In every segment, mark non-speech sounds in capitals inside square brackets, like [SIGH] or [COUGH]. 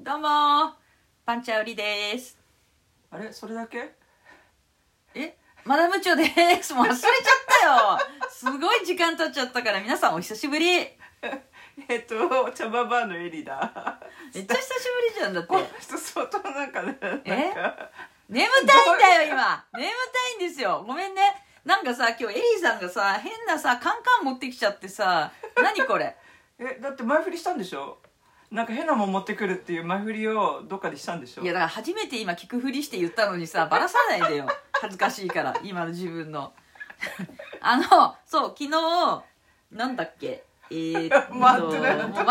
どうもーパンチャウリですあれそれだけえマダムチョですもう忘れちゃったよすごい時間経っちゃったから皆さんお久しぶりめっえっと茶ババアのエリだちゃ久しぶりじゃんだってこの人相当なんかねなんえか眠たいんだよ今眠たいんですよごめんねなんかさ今日エリーさんがさ変なさカンカン持ってきちゃってさ何これえだって前振りしたんでしょなんか変なもん持ってくるっていう前振りをどっかでしたんでしょいやだから初めて今聞くふりして言ったのに [LAUGHS] さバラさないでよ恥ずかしいから今の自分の [LAUGHS] あのそう昨日なんだっけえー、っ [LAUGHS] と回ってないもう回ってないんだ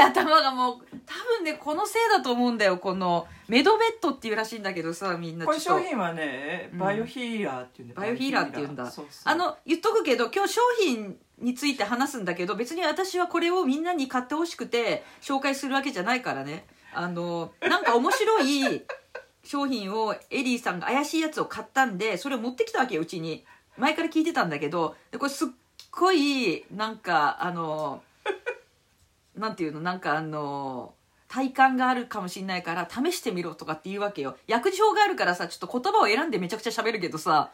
よ頭がもう多分ねこのせいだと思うんだよこのメドベッドっていうらしいんだけどさみんなこれちょ商っと品はねうんバイオヒーラーっていうんだよバイオヒーラーっていうんだそうそうあの言っとくけど今日商品について話すんだけど別に私はこれをみんなに買ってほしくて紹介するわけじゃないからねあのなんか面白い [LAUGHS] 商品をエリーさんが怪しいやつを買ったんでそれを持ってきたわけようちに前から聞いてたんだけどでこれすっごいなんかあのなんていうのなんかあの体感があるかもしれないから試してみろとかって言うわけよ薬事法があるからさちょっと言葉を選んでめちゃくちゃ喋るけどさ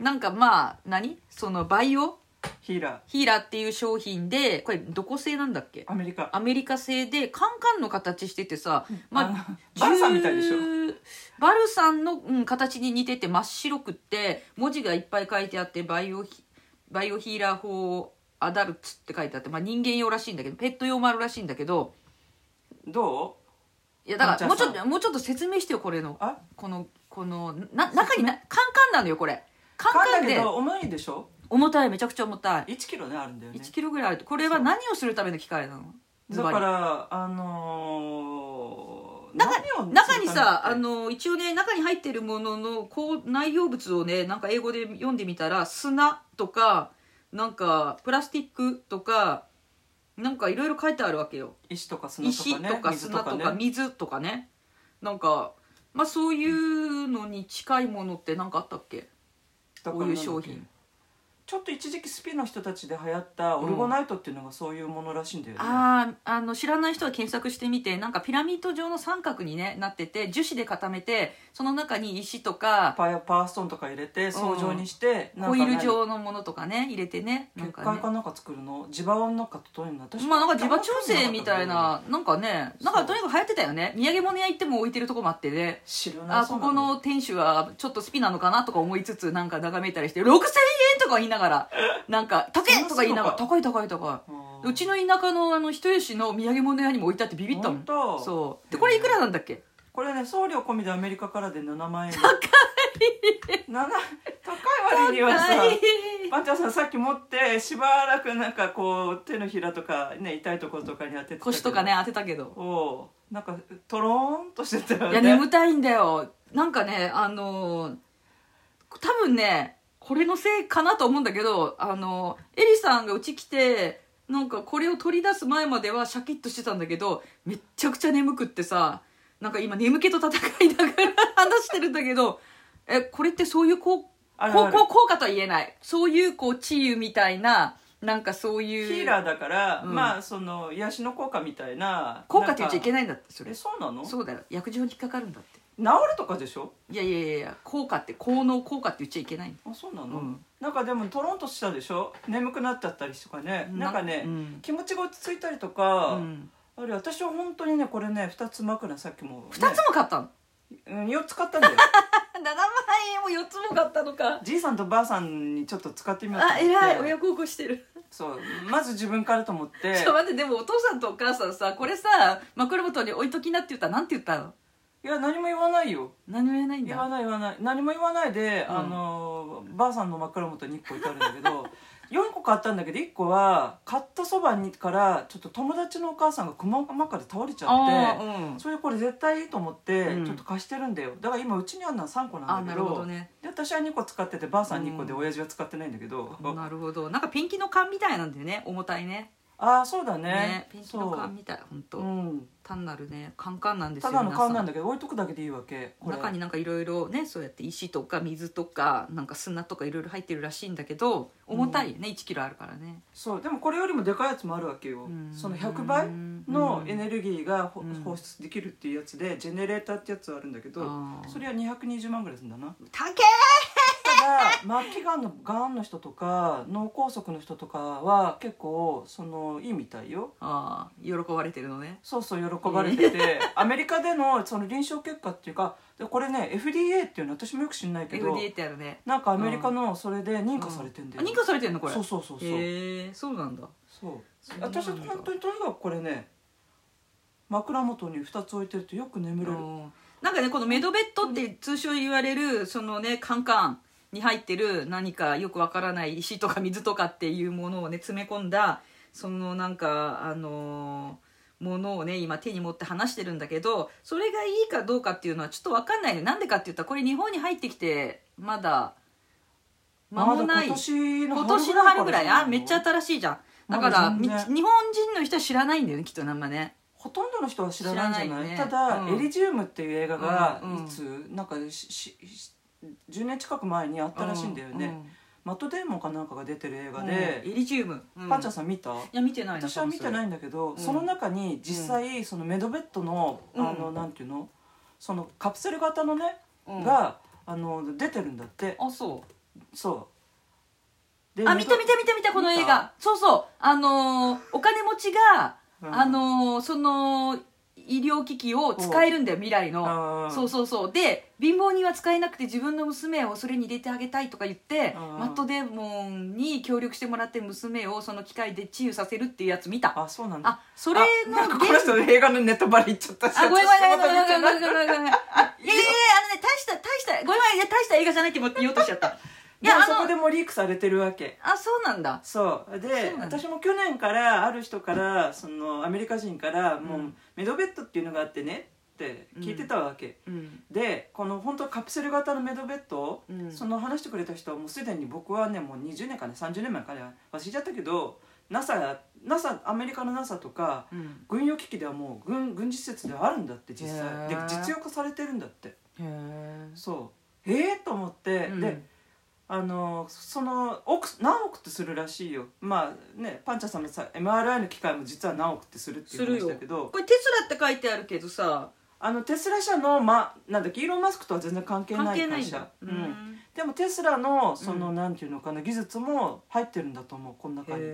なんかまあ何そのバイオヒーラヒーラーっていう商品でこれどこ製なんだっけーアメリカアメリカ製でカンカンの形しててさ、まあ、あバルさんみたいでしょ10バルさんの、うん、形に似てて真っ白くって文字がいっぱい書いてあってバイオヒバイオヒーラー法アダルツって書いてあって、まあ、人間用らしいんだけどペット用もあるらしいんだけどどいやだからもあうじちゃあょっともうちょっと説明してよこれのうあこのこのな中になカンカンなのよこれカン缶カだンけでど重いでしょ重たいめちゃくちゃ重たい1キロねあるんだよね1キロぐらいあるこれは何をするための機械なのズだバかリらあのー中何をする中にさたあめっての一応ね中に入ってるもののこう内容物をねなんか英語で読んでみたら砂とかなんかプラスティックとかなんかいろいろ書いてあるわけよ石とか砂と石かねとか水砂とかね水とかねなんかまあそういうのに近いものって何かあったっけだからこういうなんだっ商け品ちょっと一時期スピの人たちで流行ったオルゴナイトっていうのがそういうものらしいんだよね、あーあの知らない人は検索してみてなんかピラミッド状の三角に、ね、なってて樹脂で固めてその中に石とかパーパーストーンとか入れて層状にして、なんコかイねル状のものとかね入れてねなん結か界ねかなんか作るの地場音なんか整えるの私まあなんか磁場調整みたいななんかねなんかそうとにかく流行ってたよね土産物屋行っても置いてるとこもあってね知らないあここの店主はちょっとスピなのかなとか思いつつなんか眺めたりして6000円とか言いながらなんか高そんいなとか言いながらする高い高い高いでうちの田舎のあの人吉の土産物屋にも置いてあってビビったもんのそうそうでこれいくらなんだっけこれね送料込みでアメリカからで7万円高い高い割にはさ高いパンチャーさんさっき持ってしばらくなんかこう手のひらとかね痛いところとかに当ててたけど腰と [LAUGHS] かね当てたけどおうなんかとろーんとしてたよいねや眠たいんだよなんかねあのー多分ねこれのせいかなと思うんだけどあのーエリさんがうち来てなんかこれを取り出す前まではシャキッとしてたんだけどめっちゃくちゃ眠くってさなんか今眠気と戦いながら話してるんだけどえこれってそういうこうあるこあうるこう効果とは言えないそういうこう治癒みたいななんかそういうヒーラーだから、うんまあその癒しの効果みたいな効果って言っちゃいけないないんだってそれえそうなの治るそうだよ薬事法に引っかかるんだってとかでしょいやいやいやいや効果って効能効果って言っちゃいけないあそうなの、うんなんかでもとろんとしたでしょ眠くなっちゃったりとかねなんかね、うん気持ちが落ち着いたりとか、うんあれ私は本当にねこれね2つ枕さっきも、ね、 2つも買ったのうん、4つ買ったん [LAUGHS] だよ7万円も4つも買ったのかじいさんとばあさんにちょっと使ってみようと思あって偉い親孝行してるそうまず自分からと思って [LAUGHS] ちょっと待ってでもお父さんとお母さんさこれさ枕元に置いときなって言ったらなんて言ったのいや何も言わないよ何も言えないん言わだない言わない何も言わないで、うんあのばあさんの枕元に1個いてあるんだけど [LAUGHS] 4個買ったんだけど1個は買ったそばにからちょっと友達のお母さんが熊の中で倒れちゃあっあて、うんそれでこれ絶対いいと思ってうんちょっと貸してるんだよ、だから今うちにあるのは3個なあんだなけるどほどねで私は2個使っててばあさん2個でうん親父は使ってないんだけど、あなるほどなんかペンキの缶みたいなんだよね重たいねあーそうだねねペンキそのう缶みたい本当、うん、単なるねカンカンなんですよただの缶皆さなんんだけど置いとくだけでいいわけこれ中になんかいろいろねそうやって石とか水とかなんか砂とかいろいろ入ってるらしいんだけど重たいよね、1キロあるからねそうでもこれよりもでかいやつもあるわけよ、その100倍うんのうんエネルギーがほうん放出できるっていうやつでジェネレーターってやつはあるんだけどあーそれは220万ぐらいするんだな高えただ末期がんのがんの人とか脳梗塞の人とかは結構そのいいみたいよああ喜ばれてるのねそうそう喜ばれててアメリカでのその臨床結果っていうかでこれね FDA っていうの私もよく知んないけど FDA ってあるねなんかアメリカのそれで認可されてんだよ、あ認可されてんのこれそうそうそうそう、へえそうなんだそうそうなんだ私本当にとにかくこれね枕元に2つ置いてるとよく眠れるうんなんかねこのメドベッドって通称言われるそのねカンカンに入ってる何かよくわからない石とか水とかっていうものをね詰め込んだそのなんかあのーものをね今手に持って話してるんだけどそれがいいかどうかっていうのはちょっとわかんないねなんでかって言ったらこれ日本に入ってきてまだ間もまだない今年の今年の春ぐらいあめっちゃた新しいじゃんだまかだら、全み然日本人の人は知らないんだよねきっとなんかねほとんどの人は知らないんじゃない知らないねただ、うんエリジウム」っていう映画がうんうんいつ、なんかししし10年近く前にあったらしいんだよね、マット・デーモンかなんかが出てる映うん画うんで、エリジウム、うんパンチャーさん見た、いや見てないな私は見てないいんだけど、うんその中に実際そのメドベッドの、あうのんなんていうのそのカプセル型のね、ががあの出てるんだってあそうそうであメ見ドた見た見た見たこの映見画たそうそうあのーお金持ちが、うんあのーその医療機器を使えるんだよ未来の、あーそうそうそうで貧乏人は使えなくて自分の娘をそれに入れてあげたいとか言って、うんマットデーモンに協力してもらって娘をその機械で治癒させるっていうやつ見たあそうなんだあそれのなんかこの人の映画のネットバレいっちゃったあ、ごめんごめんごめんごめんごんめんごめんごめんごめん。いやいやいや、あのね、大した、大した、ごめんごめん、いや、大した映画じゃないって思って言おうとしちゃった。いでや、もあそこでの、もリークされてるわけあ、そうなんだ。そうでそうなんだ私も去年からある人からそのアメリカ人からもう、うんメドベッドっていうのがあってねって聞いてたわけ、うん。でこの本当カプセル型のメドベッドを、うんその話してくれた人はもうすでに僕はねもう20年かね30年前かね忘れちゃったけど NASA, NASA アメリカの NASA とかうん。軍用機器ではもう軍軍事施設ではあるんだって実へー際で実用化されてるんだってへえ。そうええと思って、うんであのその億何億ってするらしいよまあねパンチャさんのさ MRI の機械も実は何億ってするってすいるうよ話だけどこれテスラって書いてあるけどさ、あのテスラ社の、ま、なんだっけイーロン・マスクとは全然関係関な係ないい会ん社だ。うんうんでもテスラのその、うなんていうのかな技術も入ってるんだと思うこの中にへ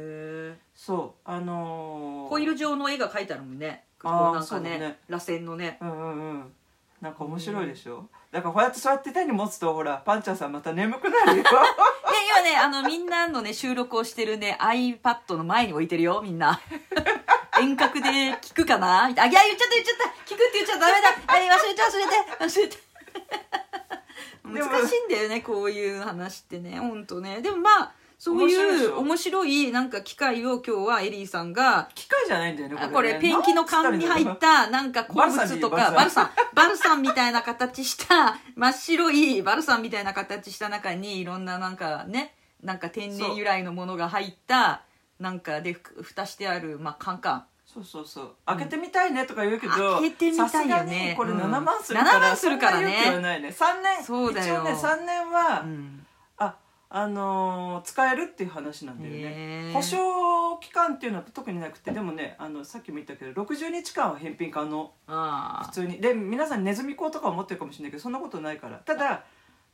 え。そうあのーホイール状の絵が書いてあるもんね。こうあーなんかそうだねね、螺旋のね。うんうんうんなんか面白いでしょ、だからこうやってそうやって手に持つとほらパンチャーさんまた眠くなる [LAUGHS] で、よ今ね、あの、みんなのね、収録をしてるね、iPad の前に置いてるよ、みん [LAUGHS] な。遠隔で聞くかなみたいな。あ、いや、言っちゃった、言っちゃった。聞くって言っちゃダメだ。あれ、忘れた、忘れて、忘 [LAUGHS] でれもて。難しいんだよね、こういう話ってね。ほんとね。でもまあ、そう面白いでいしうょ面白いなんか機械を今日はエリーさんが、機械じゃないんだよねあここれれねペンキの缶に入ったなんか鉱物とかババルルササンバルサンみたいな形した真っ白いバルサンみたいな形した中にいろんななんかねなんか天然由来のものが入ったなんかでふ蓋してあるまあ缶缶そうそうそう開けてみたいねとか言うけど、開けてみたいよねさすがにこれうん7万するから、 7万するからねそんな勇気はないね3年そうだよ一応ね3年は、うんああのー使えるっていう話なんだよへーね保証期間っていうのは特になくてでもねあのさっきも言ったけど60日間は返品可能あ普通にで皆さんネズミ講とかは持ってるかもしれないけどそんなことないからただ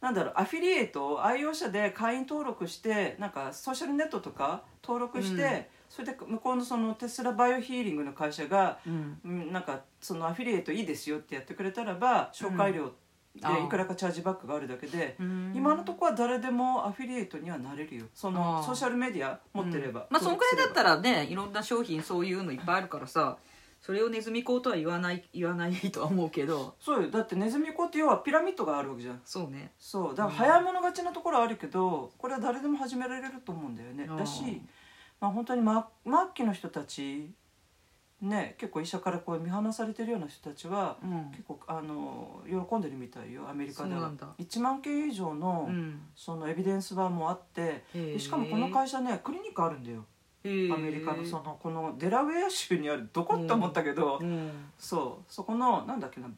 なんだろうアフィリエイトを愛用者で会員登録してなんかソーシャルネットとか登録して、うんそれで向こうのそのテスラバイオヒーリングの会社があうんうんなんかそのアフィリエイトいいですよってやってくれたらば紹介料あでいくらかチャージバックがあるだけで、うん今のところは誰でもアフィリエイトにはなれるよそあのーソーシャルメディア持ってれうば、んまあそんくらいだったららねいろんな商品そういうのいっぱいあるからさそれをネズミ講とは言わない言わないとは思うけどそうよだってネズミ講って要はピラミッドがあるわけじゃんそうねそうだから早い者勝ちなところはあるけどこれは誰でも始められると思うんだよねあーだし、まあ、本当にま末期の人たちね結構医者からこう見放されてるような人たちはうん結構あの喜んでるみたいよアメリカでそうなはんだ1万件以上の、うんそのエビデンス版もあってでしかもこの会社ねクリニックあるんだよアアメリカのそのこのデラウェア州にあるどこって思ったけど、うんそうそこのなんだっけな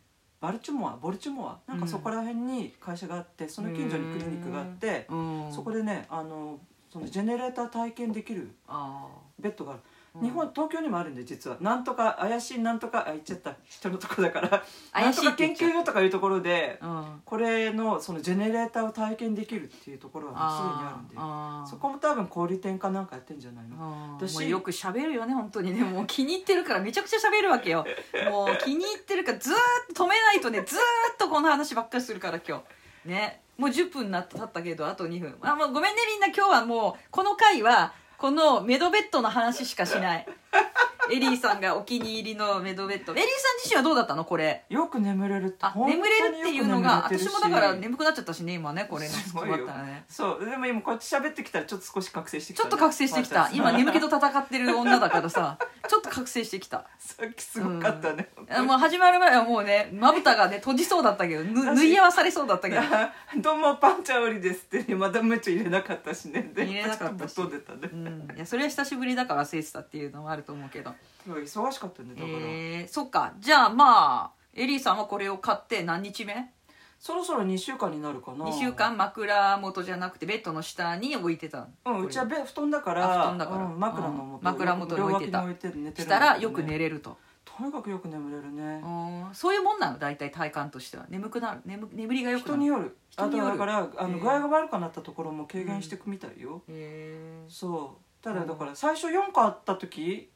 バルチモアボルチモアなんかそこら辺に会社があってその近所にクリニックがあってうんそこでねあのそのジェネレーター体験できるあベッドがある日本東京にもあるんで実はなんとか怪しいなんとかあ言っちゃった人のとこだからなん怪しといかって言っ研ちゃう究所とかいうところでうんこれのそのジェネレーターを体験できるっていうところはすでにあるんであーそこも多分小売店かなんかやってんじゃないのあー私もうよく喋るよね本当にねもう気に入ってるからめちゃくちゃ喋るわけ [LAUGHS] よもう気に入ってるからずーっと止めないとねずーっとこの話ばっかりするから今日ねもう10分なった経ったけどあと2分あもうごめんねみんな今日はもうこの回はこのメドベッドの話しかしないエリーさんがお気に入りのメドベッドエリーさん自身はどうだったのこれよく眠れるってあ眠れるっていうのが本当に私よもく眠れてるしだから眠くなっちゃったしね今ねこれねすすごごいよったらねそうでも今こうやって喋ってきたらちょっと少し覚醒してきちたょね、っと覚醒してきまた [LAUGHS] 今眠気と戦ってる女だからさちょっと覚醒してきたさっきすごかったね、あもう始まる前はもうねまぶたがね閉じそうだったけどぬ縫い合わされそうだったけど、 [LAUGHS] どうもパンチャオリですってまだムチ入れなかったしねで入れなかったしちょっとぶっ飛んでたうね、ん、いやそれは久しぶりだからせいてたっていうのもあると思うけど今日忙しかったねだから、えー、そっかじゃあまあエリーさんはこれを買って何日目そろそろ2週間になるかな2週間枕元じゃなくてベッドの下に置いてたうんうちはべ布団だかあら布団だからうん枕の元、うん枕元に置いてた両脇に置いて寝てるしたらよく寝るれると、とにかくよく眠れるね、うんそういうもんなの大体体感としては眠くなる眠眠りがよくな人るによる人によるあとだからあえのー具合が悪くなったところも軽減していくみたいよ、へそうただだから最初4個あった時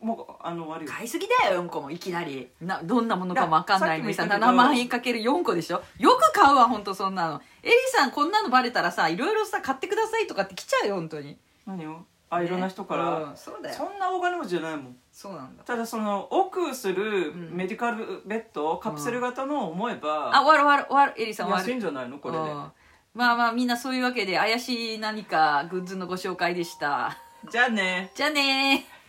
もうあの悪ーいよ買いすぎだよ4個もいきなりなどんなものかも分かんないのにさいやさっきも言ったけど7万円かける4個でしょよく買うわ本当そんなのエリさんこんなのバレたらさいろいろさ買ってくださいとかって来ちゃうよ本当に何をあねいろんな人から、うんそうだよそんな大金持ちじゃないもんそうなんだただその奥するうんメディカルベッド、カプセル型のを思えあば、終わる終わる終わるエリさん終わる安いんじゃないのこれでうんまあまあみんなそういうわけで怪しい何かグッズのご紹介でしたじゃあねじゃあねー